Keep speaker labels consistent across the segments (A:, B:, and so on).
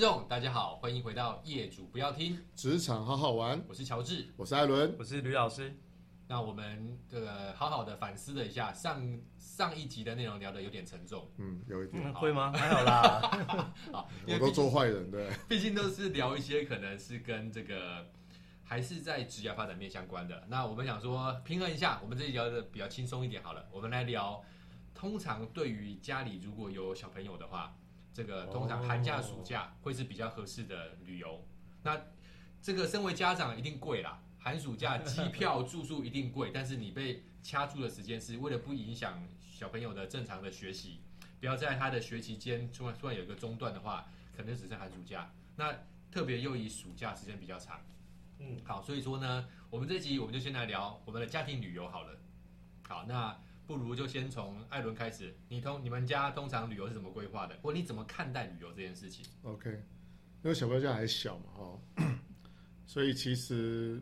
A: 众，大家好，欢迎回到业主不要听，
B: 职场好好玩，
A: 我是乔治。
B: 我是艾伦。
C: 我是吕老师，
A: 那我们这个好好的反思了一下上上一集的内容，聊得有点沉重
B: 嗯，有一点，
C: 嗯会吗？还 好啦，
A: 啊，因
B: 我
A: 为
B: 都
A: 毕竟
B: 做坏人，对，
A: 毕竟都是聊一些可能是跟这个还是在职业发展面相关的。那我们想说平衡一下，我们这里聊的比较轻松一点好了，我们来聊通常对于家里如果有小朋友的话，这个通常
C: 哦
A: 寒假、暑假会是比较合适的旅游。那这个身为家长一定贵啦，寒暑假机票、住宿一定贵，但是你被掐住的时间是为了不影响小朋友的正常的学习，不要在他的学期间突然突然有一个中断的话，可能只剩寒暑假。那特别又以暑假时间比较长，
C: 嗯，
A: 好，所以说呢，我们这集我们就先来聊我们的家庭旅游好了。好，那不如就先从艾伦开始，你通你们家通常旅游是怎么规划的，或你怎么看待旅游这件事情？
B: OK，因为小朋友现在还小嘛，哈、 所以其实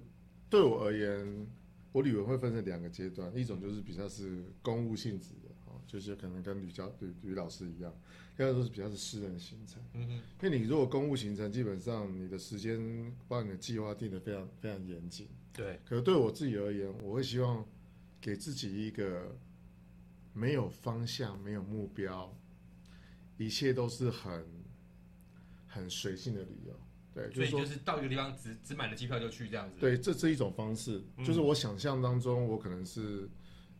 B: 对我而言，我旅游会分成两个阶段，一种就是比较是公务性质的，哦，就是可能跟吕教吕吕老师一样，第二种是比较是私人行程。
A: 嗯哼，
B: 因为你如果公务行程，基本上你的时间把你的计划定得非常非常严谨。
C: 对，
B: 可是对我自己而言，我会希望给自己一个没有方向、没有目标，一切都是很很随性的旅游。对，就
A: 所
B: 是
A: 以
B: 说，
A: 就是到一个地方只只买了机票就去这样子。，
B: 对，这是一种方式。
C: 嗯
B: 就是我想象当中，我可能是、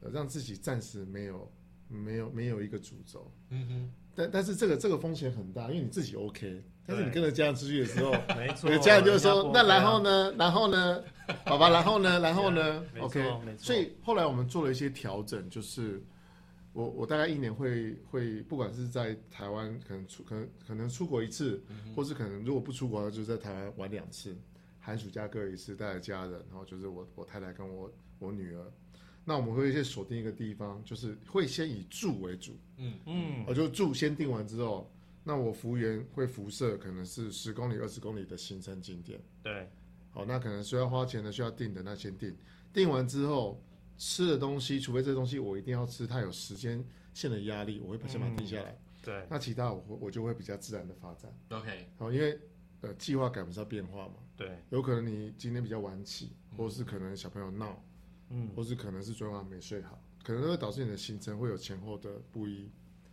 B: 呃、让自己暂时没有没有没有一个主轴。
A: 嗯哼，
B: 但但是这个这个风险很大，因为你自己 OK，但是你
C: 对
B: 跟着家人出去的时 候，
C: 没错
B: 所以，家人就会
C: 人家
B: 说
C: 不：“
B: 那
C: OK 啊
B: 然后呢？然后呢？爸爸，然后呢？然后 呢
C: 啊没错
B: ？”OK，
C: 没错
B: 所以后来我们做了一些调整，就是我我大概一年会会，不管是在台湾可能出可能可能出国一次，
C: 嗯
B: 或是可能如果不出国，就是在台湾玩两次，寒暑假各一次，带着家人，然后就是我我太太跟我我女儿。那我们会先锁定一个地方，就是会先以住为主，
A: 嗯
C: 嗯
B: 我就住先定完之后，那我服务员会辐射可能是十公里、二十公里的行程景点。
C: 对，
B: 好，那可能需要花钱的、需要订的，那先订。订完之后，吃的东西，除非这东西我一定要吃，它有时间线的压力，我会把先把它定下来。
C: 对，
B: 那其他我会我就会比较自然的发展。
A: ，OK，
B: 好，因为呃计划赶不上变化嘛，
C: 对，
B: 有可能你今天比较晚起，或是可能小朋友闹，
C: 嗯，
B: 或是可能是昨晚没睡好，可能会导致你的行程会有前后的不一。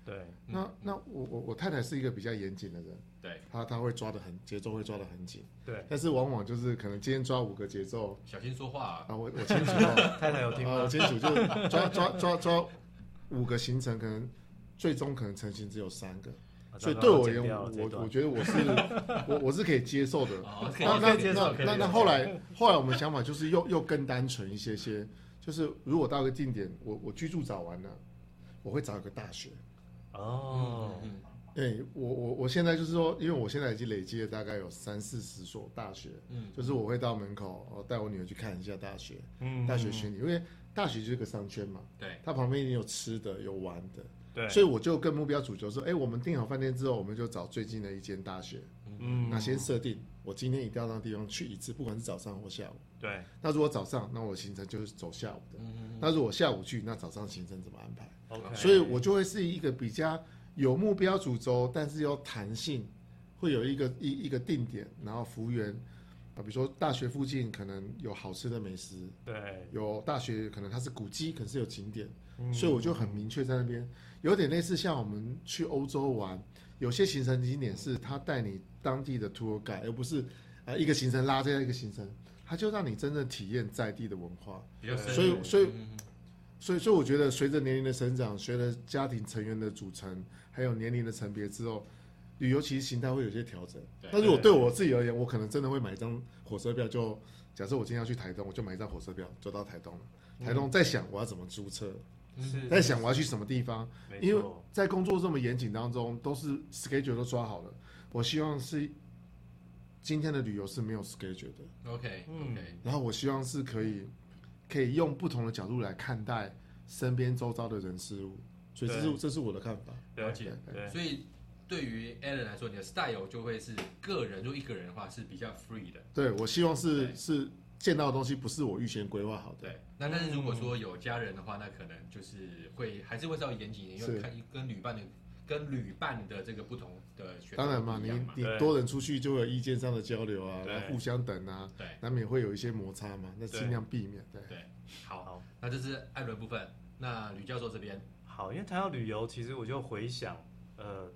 C: 对，
B: 那那我我我太太是一个比较严谨的人，
A: 对，
B: 她她会抓的很节奏会抓的很紧，
C: 对，
B: 但是往往就是可能今天抓五个节奏。
A: 小心说话、啊。
B: 啊，我我清楚哦，
C: 太太有听
B: 啊，我
C: 吗？
B: 清楚，就是抓抓抓抓五个行程，可能最终可能成型只有三个，
C: 啊
B: 所以
C: 糟
B: 对
C: 糕
B: 我而
C: 剪
B: 言，
C: 掉了这
B: 我我
C: 段
B: 觉得我是我我是可以接受 的。
A: 哦，OK，
B: 那那
C: 可以接受
B: 那
C: 可以
B: 那
C: 接
B: 那
C: 受
B: 后来后来我们想法就是又又更单纯一些些，就是如果到一个定点，我我居住找完了，我会找一个大学。
C: 哦，
A: 嗯嗯
B: 哎、我我我现在就是说，因为我现在已经累积了大概有三四十所大学，
A: 嗯
B: 就是我会到门口，我带我女儿去看一下大学，
C: 嗯
B: 大学选你，因为大学就是个商圈嘛，
A: 对，
B: 它旁边一定有吃的有玩的，
C: 对，
B: 所以我就跟目标主轴说，哎、我们订好饭店之后，我们就找最近的一间大学，
C: 嗯
B: 那先设定，我今天一定要到那地方去一次，不管是早上或下午。
C: 对，
B: 那如果早上，那我的行程就是走下午的；
A: 嗯
B: 那如果下午去，那早上行程怎么安排？
C: OK
B: 所以我就会是一个比较有目标主轴，但是又弹性，会有一个一一个定点，然后服务员啊，比如说大学附近可能有好吃的美食，
C: 对，
B: 有大学可能它是古迹，可是有景点，
C: 嗯
B: 所以我就很明确在那边，有点类似像我们去欧洲玩，有些行程景点是他带你当地的 tour guide，而不是啊一个行程拉这样一个行程，他就让你真正体验在地的文化。
A: 比较深
B: 所
A: 入
B: 以，所以，
A: 嗯
B: 所以，所以我觉得随着年龄的成长，随着家庭成员的组成，还有年龄的层别之后。旅游其实形态会有些调整，
A: 嗯对
B: 但是我对我自己而言，我可能真的会买一张火车票就，假设我今天要去台东，我就买一张火车票就到台东了。台东在想我要怎么租车，
A: 嗯
C: 是
B: 在想我要去什么地方，
C: 嗯没
B: 因为
C: 错
B: 在工作这么严谨当中，都是 schedule 都抓好了。我希望是今天的旅游是没有 schedule 的，
A: ，OK，OK，、
C: 嗯
B: 然后我希望是可以可以用不同的角度来看待身边周遭的人事物，所以这是
C: 对
B: 这是我的看法。
A: 了
C: 对
A: 解。
C: 对
A: 所以对于 Alan 来说，你的 style 就会是个人，如果一个人的话是比较 free 的。
B: 对我希望是
A: 对
B: 是见到的东西不是我预先规划好的，
A: 对，那但是如果说有家人的话，那可能就是会还是会稍微严谨一点，因为
B: 是
A: 看跟旅伴的跟旅伴的这个不同的选择
B: 当然
A: 不
B: 嘛，
A: 一
B: 你
A: 样嘛
B: 你
C: 对
B: 多人出去就会有意见上的交流啊，
C: 对
B: 来互相等啊，
A: 对
B: 难免会有一些摩擦嘛，那
C: 对
B: 尽量避免。对，
A: 对，好，
C: 好
A: 那这是艾伦部分。那吕教授这边，
C: 好，因为谈到旅游，其实我就回想，呃，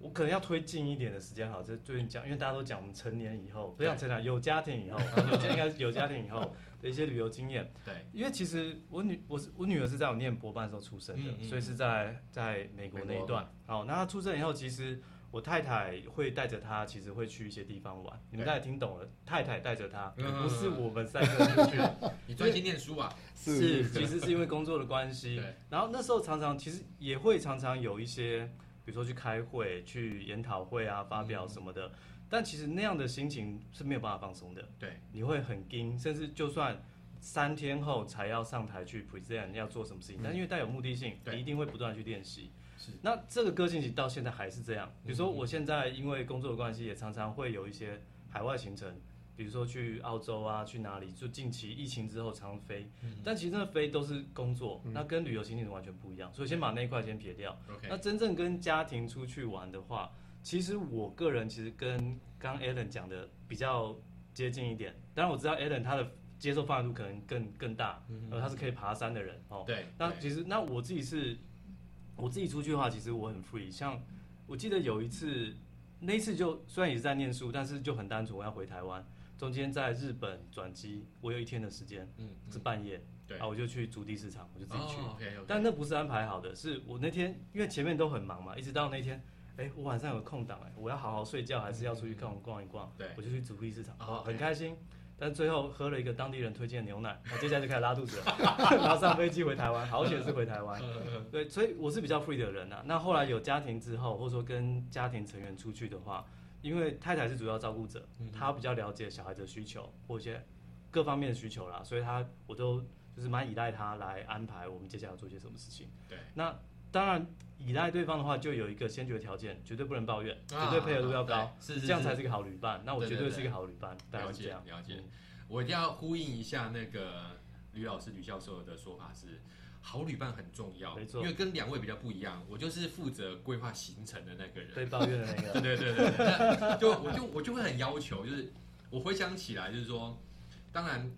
C: 我可能要推近一点的时间，好，这最近讲，因为大家都讲我们成年以后，不
A: 对
C: 是讲成年，有家庭 以后，有家应该是有家庭以后的一些旅游经验。
A: 对，
C: 因为其实我女我是我女儿是在我念博班的时候出生的，
A: 嗯嗯
C: 所以是在在美国那一段。好，那她出生以后，其实我太太会带着她，其实会去一些地方玩。你们大概听懂了，太太带着她，
A: 嗯
C: 不是我们 三个人去。
A: 你专心念书啊，
C: 是，其实是因为工作的关系
A: 对。
C: 然后那时候常常其实也会常常有一些，比如说去开会、去研讨会啊、发表什么的。但其实那样的心情是没有办法放松的，
A: 对，
C: 你会很惊，甚至就算三天后才要上台去 present 要做什么事情，但因为带有目的性，
A: 嗯对
C: 你一定会不断地去练习。
A: 是，
C: 那这个个性其实到现在还是这样。比如说
A: 嗯嗯
C: 我现在因为工作的关系，也常常会有一些海外行程，比如说去澳洲啊，去哪里？就近期疫情之后常飞，
A: 嗯
C: 但其实那飞都是工作，那跟旅游行程完全不一样。所以先把那一块先撇掉。
A: OK，
C: 那真正跟家庭出去玩的话，其实我个人其实跟刚 Alan 讲的比较接近一点。当然我知道 Alan 他的接受范围度可能更更大，呃，他是可以爬山的人哦。
A: 对，
C: 那
A: 嗯对
C: 其实那我自己是，我自己出去的话，其实我很 free。像我记得有一次，那一次就虽然也是在念书，但是就很单纯，我要回台湾，中间在日本转机，我有一天的时间
A: 嗯，
C: 是半夜，
A: 对哦
C: 啊，我就去竹地市场，我就自己去。
A: OK OK，
C: 但那不是安排好的，是我那天因为前面都很忙嘛，一直到那天，哎、我晚上有空档，哎，我要好好睡觉，还是要出去逛逛一逛？
A: 对
C: 我就去主力市场，
A: 哦
C: 哦，
A: ，OK
C: 很开心。但最后喝了一个当地人推荐的牛奶， 我接下来就开始拉肚子了， 然后上飞机回台湾，好险是回台
A: 嗯
C: 湾。对，所以我是比较 free 的人呐、那后来有家庭之后，或者说跟家庭成员出去的话，因为太太是主要照顾者，
A: 嗯
C: 她比较了解小孩子的需求或一些各方面的需求啦，所以她我都就是蛮依赖她来安排我们接下来要做些什么事情。
A: 对，
C: 那当然依赖对方的话，就有一个先决条件，绝对不能抱怨，绝对配合度要高，
A: 啊对是是
C: 这样才
A: 是
C: 是一个好旅伴。那我
A: 对
C: 绝
A: 对
C: 对是
A: 对
C: 一个好旅伴，大概
A: 了
C: 是这
A: 解
C: 样。
A: 了解
C: 嗯。
A: 我一定要呼应一下那个吕老师、吕教授的说法是，好旅伴很重要，
C: 没错
A: 因为跟两位比较不一样，我就是负责规划行程的那个人。
C: 被嗯抱怨的
A: 对
C: 那个，
A: 对对对，对那就我就我就会很要求，就是我回想起来，就是说，当然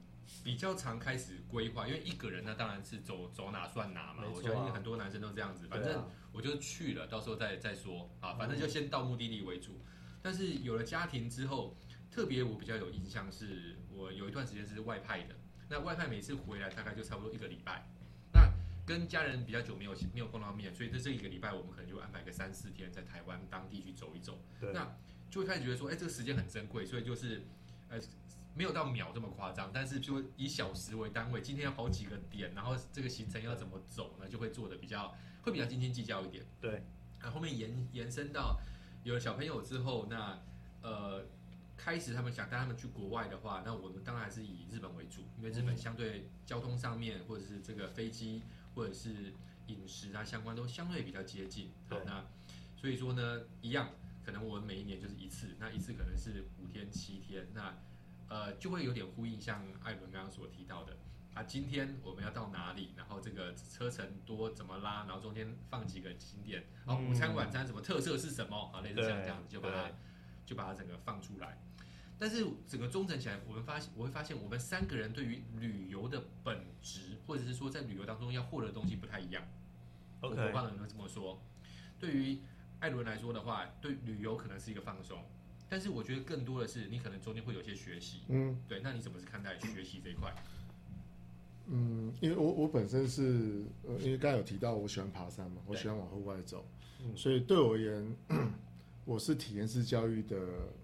A: 比较常开始规划，因为一个人那当然是走走哪算哪嘛。
C: 没错啊
A: 我相信很多男生都这样子，反
C: 对
A: 正
C: 啊
A: 我就去了，到时候再再说啊，反正就先到目的地为主。但是有了家庭之后，特别我比较有印象是，我有一段时间是外派的，那外派每次回来大概就差不多一个礼拜，那跟家人比较久没有没有碰到面，所以在这一个礼拜我们可能就安排个三四天在台湾当地去走一走，
C: 对啊
A: 那就会开始觉得说，哎、这个时间很珍贵，所以就是呃没有到秒这么夸张，但是就以小时为单位，今天要跑几个点，然后这个行程要怎么走呢，就会做的比较会比较斤斤计较一点。
C: 对，
A: 啊，后面延延伸到有了小朋友之后，那呃，开始他们想带他们去国外的话，那我们当然还是以日本为主，因为日本相对交通上面或者是这个飞机或者是饮食啊相关都相对比较接近。好
C: 对，
A: 那所以说呢，一样，可能我们每一年就是一次，那一次可能是五天七天，那呃就会有点呼应像艾伦刚刚所提到的。啊，今天我们要到哪里？然后这个车程多怎么拉？然后中间放几个景点，然后午餐、
C: 嗯
A: 晚餐什么特色是什么？啊，类似像
C: 对
A: 这样子，就把它
C: 对
A: 就把它整个放出来。但是整个中整起来，我们发现我会发现，我们三个人对于旅游的本质，或者是说在旅游当中要获得的东西不太一样。
C: OK
A: 我忘了有没有这么说。对于艾伦来说的话，对旅游可能是一个放松，但是我觉得更多的是你可能中间会有一些学习。
B: 嗯
A: 对，那你怎么是看待学习这一块？
B: 嗯，因为我我本身是呃，因为刚才有提到我喜欢爬山嘛，我
A: 对嗯
B: 喜欢往户外走，所以对我而言，我是体验式教育的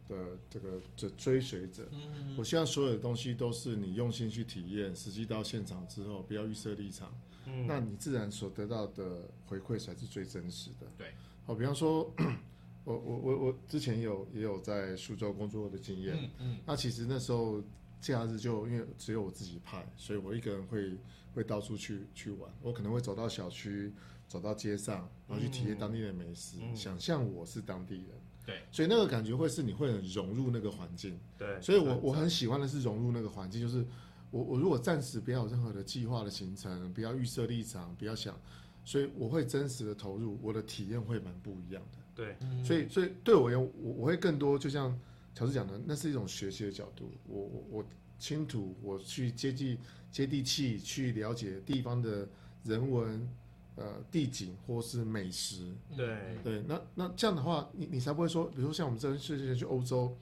B: 的这个这追随者。
A: 嗯，
B: 我希望所有的东西都是你用心去体验，实际到现场之后，不要预设立场。
C: 嗯，
B: 那你自然所得到的回馈才是最真实的。
A: 对，
B: 好，比方说， 我我我我之前有也有在苏州工作的经验，
A: 嗯嗯，
B: 那其实那时候假日就因为只有我自己派，所以我一个人会会到处去去玩，我可能会走到小区，走到街上，然后去体验当地的美食，
C: 嗯
B: 想象我是当地人，
A: 对，
B: 所以那个感觉会是你会很融入那个环境。
C: 对，
B: 所以我我很喜欢的是融入那个环境，就是我我如果暂时不要有任何的计划的行程，不要预设立场，不要想，所以我会真实的投入，我的体验会蛮不一样的。
C: 对，
A: 嗯
B: 所以，所以对我而言，我我会更多，就像乔治讲的，那是一种学习的角度。我我我倾吐，我去接近接地气，去了解地方的人文、呃地景或是美食。
A: 嗯
C: 对
B: 对，那那这样的话，你你才不会说，比如说像我们这次之前去欧洲，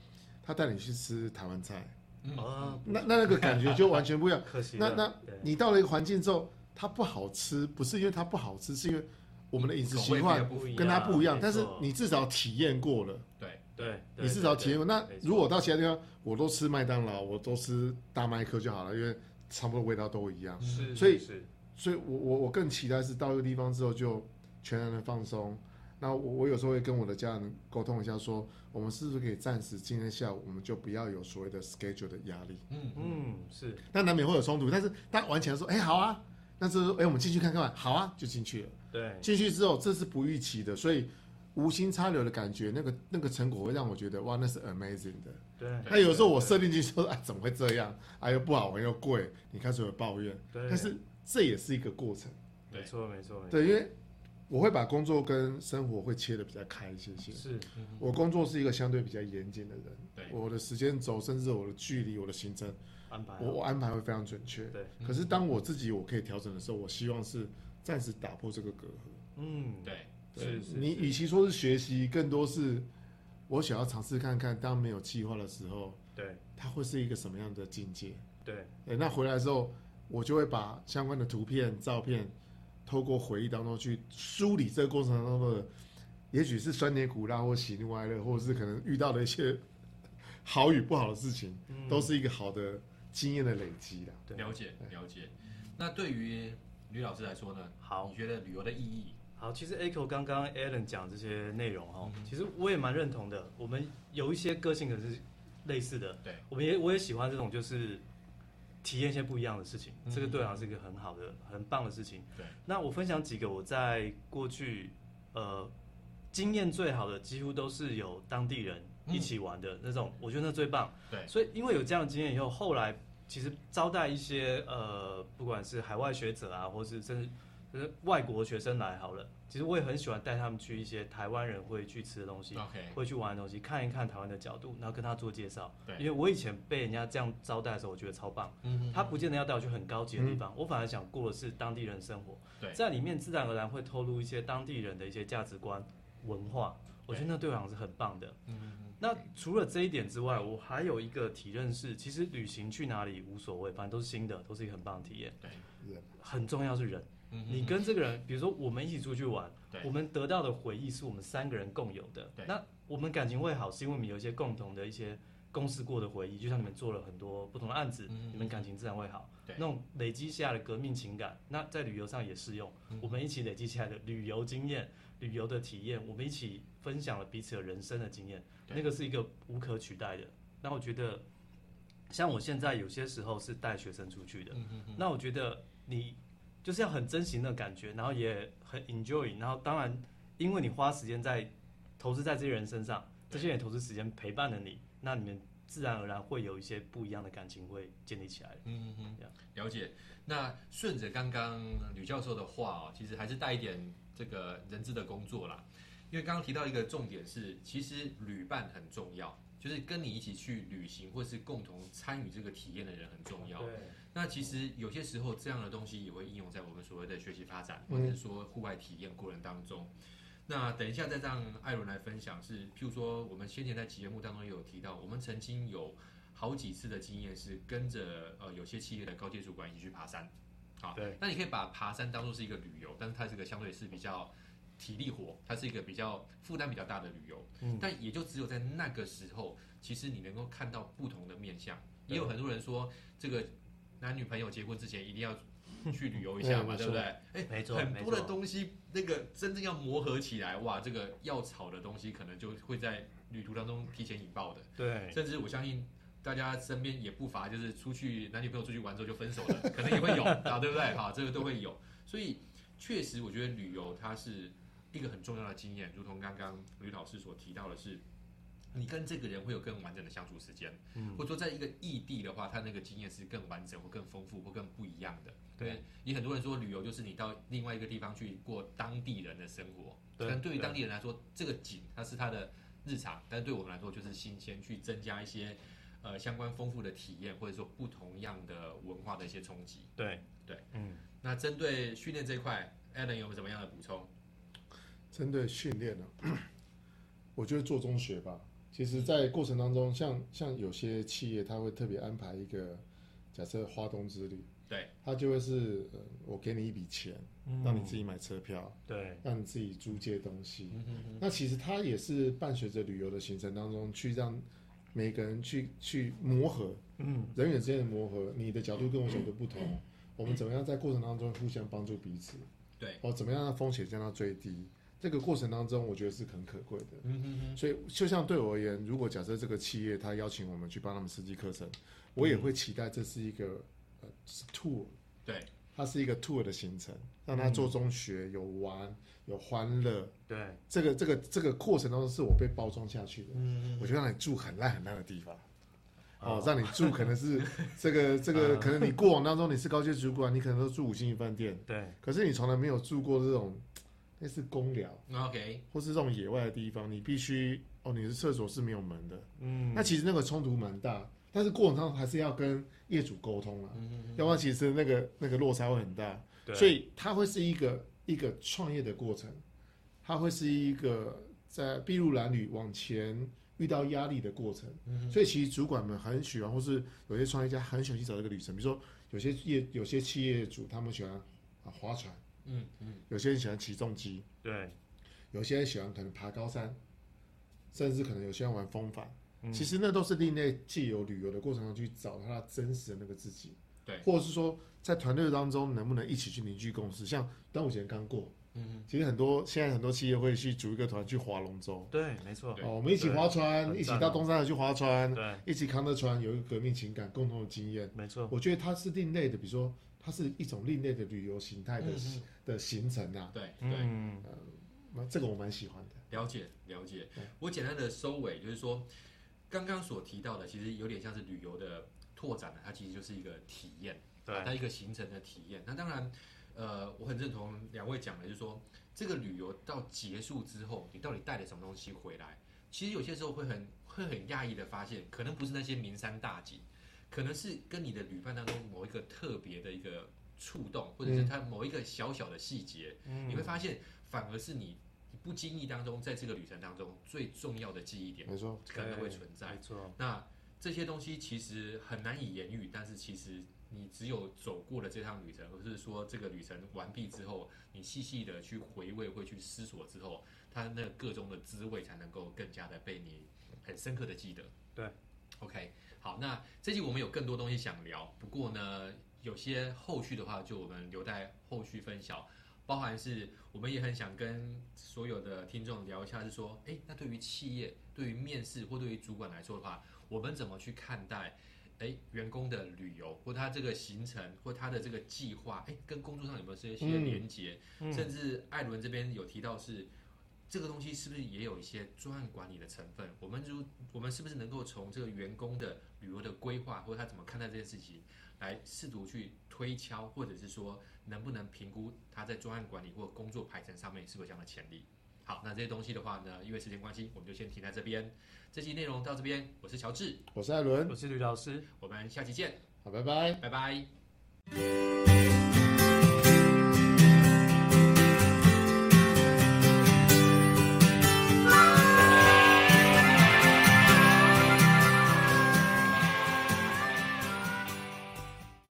B: 他带你去吃台湾菜，
A: 嗯
C: 啊，
B: 那那那个感觉就完全不一样。
C: 可惜
B: 那
C: 了
B: 那
C: 对
B: 你到了一个环境之后，它不好吃，不是因为它不好吃，是因为我们的饮食习
A: 口味
B: 惯
A: 变不一
B: 跟它不一样。
C: 没
B: 但是
C: 错
B: 你至少体验过了。
A: 对，
C: 对，
B: 你至少体验过。那
C: 没错
B: 如果我到其他地方，我都吃麦当劳，我都吃大麦克就好了，因为差不多味道都一样。
C: 是，
B: 所以
C: 是
B: 所以我，我我更期待是到一个地方之后就全然的放松。那我我有时候会跟我的家人沟通一下说，我们是不是可以暂时今天下午我们就不要有所谓的 schedule 的压力？
A: 嗯嗯，
C: 嗯是
B: 那难免会有冲突，但是大家玩起来说，哎、好啊，那这时候哎、我们进去看看吧，好啊，就进去了。
C: 对
B: 进去之后，这是不预期的，所以无心插柳的感觉，那个那个成果会让我觉得哇，那是 amazing 的。
C: 对。
B: 那有时候我设定进去说，哎，怎么会这样？哎呦，不好玩又贵，你开始有抱怨。
C: 对，
B: 但是这也是一个过程，
A: 对
C: 没错没错，没
B: 对，
C: 错
B: 因为我会把工作跟生活会切的比较开一些些。
C: 是
A: 嗯
B: 我工作是一个相对比较严谨的人，
A: 对
B: 我的时间轴，甚至我的距离、我的行程，
C: 安排好
B: 我我安排会非常准确。
C: 哎对，
A: 嗯
B: 可是当我自己我可以调整的时候，我希望是暂时打破这个隔阂。
C: 嗯，
A: 对，
C: 是是
B: 你
C: 是
B: 与其说是学习，更多是我想要尝试看看，当没有计划的时候，
C: 对
B: 它会是一个什么样的境界。
C: 对
B: 对，那回来之后，我就会把相关的图片、照片，透过回忆当中去梳理这个过程当中的，也许是酸甜苦辣，或喜怒哀乐，或者是可能遇到的一些 好与不好的事情，
C: 嗯
B: 都是一个好的经验的累积的。
C: 对
A: 了解了解。那对于吕老师来说呢？
C: 好
A: 你觉得旅游的意义？
C: 好，其实 Echo 刚刚 Alan 讲这些内容
A: 嗯
C: 哦，其实我也蛮认同的。我们有一些个性可是类似的，
A: 对，
C: 我们也我也喜欢这种就是体验一些不一样的事情，
A: 嗯
C: 这个对我来说是一个很好的、很棒的事情。
A: 对，
C: 那我分享几个我在过去呃经验最好的，几乎都是有当地人
A: 嗯
C: 一起玩的那种，我觉得那最棒。
A: 对，
C: 所以因为有这样的经验以后，后来其实招待一些呃，不管是海外学者啊，或是甚至就是外国学生来好了，其实我也很喜欢带他们去一些台湾人会去吃的东西，
A: OK，
C: 会去玩的东西，看一看台湾的角度，然后跟他做介绍。
A: 对
C: 因为我以前被人家这样招待的时候，我觉得超棒。
A: 嗯
C: 他不见得要带我去很高级的地方，我反而想过的是当地人生活，
A: 对
C: 在里面自然而然会透露一些当地人的一些价值观、文化，我觉得那对我来讲是很棒的。
A: 嗯
C: 那除了这一点之外，我还有一个体认是，其实旅行去哪里无所谓，反正都是新的，都是一个很棒的体验。
A: 嗯对，
C: 很重要是人，
A: 嗯
C: 你跟这个人，比如说我们一起出去玩，
A: 对
C: 我们得到的回忆是我们三个人共有的
A: 对。
C: 那我们感情会好，是因为我们有一些共同的一些共事过的回忆，就像你们做了很多不同的案子，
A: 嗯
C: 你们感情自然会好。
A: 对
C: 那种累积下的革命情感，那在旅游上也适用。
A: 嗯
C: 我们一起累积起来的旅游经验、旅游的体验，我们一起分享了彼此的人生的经验，
A: 对
C: 那个是一个无可取代的。那我觉得，像我现在有些时候是带学生出去的，
A: 嗯嗯
C: 那我觉得你就是要很珍惜那个感觉，然后也很 enjoy，然后当然，因为你花时间在投资在这些人身上，这些人也投资时间陪伴了你，那你们自然而然会有一些不一样的感情会建立起来。
A: 嗯嗯嗯，了解。那顺着刚刚吕教授的话哦，其实还是带一点这个人质的工作啦，因为刚刚提到一个重点是，其实旅伴很重要，就是跟你一起去旅行或是共同参与这个体验的人很重要。那其实有些时候这样的东西也会应用在我们所谓的学习发展，或
B: 嗯
A: 者是说户外体验过程当中。那等一下再让艾伦来分享是，譬如说我们先前在节目当中也有提到，我们曾经有好几次的经验是跟着呃有些企业的高阶主管一起去爬山。好，
C: 对，
A: 那你可以把爬山当做是一个旅游，但是它是一个相对是比较体力活，它是一个比较负担比较大的旅游。
C: 嗯，
A: 但也就只有在那个时候，其实你能够看到不同的面相。
C: 对
A: 也有很多人说，这个男女朋友结婚之前一定要去旅游一
B: 对
A: 下
B: 没
A: 嘛，对不对？哎，
C: 没错，
A: 很
C: 没
A: 多的
C: 错，
A: 东西，那个真正要磨合起来，哇，这个要炒的东西可能就会在旅途当中提前引爆的。
C: 对，
A: 甚至我相信大家身边也不乏就是出去男女朋友出去玩之后就分手 了，可能也会有啊，对不对？好，这个都会有。所以确实，我觉得旅游它是一个很重要的经验，如同刚刚吕老师所提到的是，你跟这个人会有更完整的相处时间，
C: 嗯
A: 或者说在一个异地的话，他那个经验是更完整或更丰富或更不一样的。
C: 对，
A: 也很多人说旅游就是你到另外一个地方去过当地人的生活，
C: 对
A: 但对于
C: 对
A: 当地人来说，这个景它是他的日常，但对我们来说就是新鲜，去增加一些呃相关丰富的体验，或者说不同样的文化的一些冲击。
C: 对
A: 对，
C: 嗯，
A: 那针对训练这一块，Alan 有没有什么样的补充？
B: 针对训练呢、啊 我觉得做中学吧。其实，在过程当中，像像有些企业，他会特别安排一个，假设花东之旅，
A: 对，
B: 他就会是，呃我给你一笔钱，
C: 嗯
B: 让你自己买车票，
C: 对
B: 让你自己租借东西。那其实它也是伴随着旅游的行程当中，去让每个人去去磨合，嗯，人与人之间的磨合，你的角度跟我角度不同，
A: 嗯
B: 我们怎么样在过程当中互相帮助彼此，
A: 对，
B: 哦，怎么样让风险降到最低？这个过程当中，我觉得是很可贵的。
A: 嗯哼
B: 所以，就像对我而言，如果假设这个企业他邀请我们去帮他们设计课程，我也会期待这是一个呃 tour，
A: 对，
B: 它是一个 tour 的行程，让他做中学有玩有欢乐，
C: 对，
B: 这个这个这个过程当中是我被包装下去的，
A: 嗯
B: 我就让你住很烂很烂的地方。哦
C: 哦，
B: 让你住可能 是这个这个，
C: 嗯
B: 可能你过往当中你是高阶主管，你可能都住五星级饭店，
C: 对，
B: 可是你从来没有住过这种类似公寮
A: 那 OK，
B: 或是这种野外的地方，你必须哦，你的厕所是没有门的，
C: 嗯，
B: 那其实那个冲突蛮大，但是过程当中还是要跟业主沟通啦，
A: 嗯
C: 嗯
B: 要不然其实那个那个落差会很大，
C: 对
B: 所以它会是一个一个创业的过程，它会是一个在筚路蓝缕往前遇到压力的过程，所以其实主管们很喜欢，或是有些创业家很喜欢去找这个旅程，比如说有些业有些企业主他们喜欢啊划船，
A: 嗯嗯，
B: 有些人喜欢起重机，
C: 对，
B: 有些人喜欢可能爬高山，甚至可能有些人玩风帆。
C: 嗯
B: 其实那都是另类借由旅游的过程中去找到他真实的那个自己，
A: 对，
B: 或者是说在团队当中能不能一起去凝聚共识。像端午节刚过，
A: 嗯，
B: 其实很多现在很多企业会去组一个团去划龙舟，
C: 对，没错，
B: 哦，我们一起划船，
C: 对
B: 一起
C: 很赞
B: 到
C: 哦
B: 东山河去划船，
C: 对，
B: 一起扛着船，有一个革命情感，共同的经验。
C: 没错，
B: 我觉得它是另类的，比如说它是一种另类的旅游形态的、
A: 嗯
B: 的行程啊，
A: 对对。
C: 嗯，
B: 那这个我蛮喜欢的。
A: 了解了解
B: 对，
A: 我简单的收尾就是说，刚刚所提到的其实有点像是旅游的拓展它其实就是一个体验，
C: 对
A: 它一个行程的体验。那当然，呃，我很认同两位讲的，就是说这个旅游到结束之后，你到底带了什么东西回来？其实有些时候会很会很讶异的发现，可能不是那些名山大景，可能是跟你的旅伴当中某一个特别的一个触动，或者是它某一个小小的细节，
C: 嗯
A: 你会发现反而是你不经意当中，在这个旅程当中最重要的记忆点
B: 没错，
A: 可能会存在
C: 没。错，
A: 那这些东西其实很难以言喻，但是其实你只有走过了这趟旅程，或是说这个旅程完毕之后，你细细的去回味、会去思索之后，它那个中的滋味才能够更加的被你很深刻的记得。
C: 对
A: ，OK，好，那这集我们有更多东西想聊，不过呢，有些后续的话就我们留待后续分享。包含是我们也很想跟所有的听众聊一下，是说，诶，那对于企业、对于面试或对于主管来说的话，我们怎么去看待诶员工的旅游或他这个行程或他的这个计划，诶，跟工作上有没有这些
B: 嗯
A: 连接？甚至艾伦这边有提到是。这个东西是不是也有一些专案管理的成分？我们如我们是不是能够从这个员工的旅游的规划，或者他怎么看待这件事情，来试图去推敲，或者是说能不能评估他在专案管理或工作排程上面是不是有这样的潜力？好，那这些东西的话呢，因为时间关系，我们就先停在这边。这期内容到这边，我是乔治，
B: 我是艾伦
C: 我，是吕老师。
A: 我们下期见，
B: 好，拜拜。
A: 拜拜。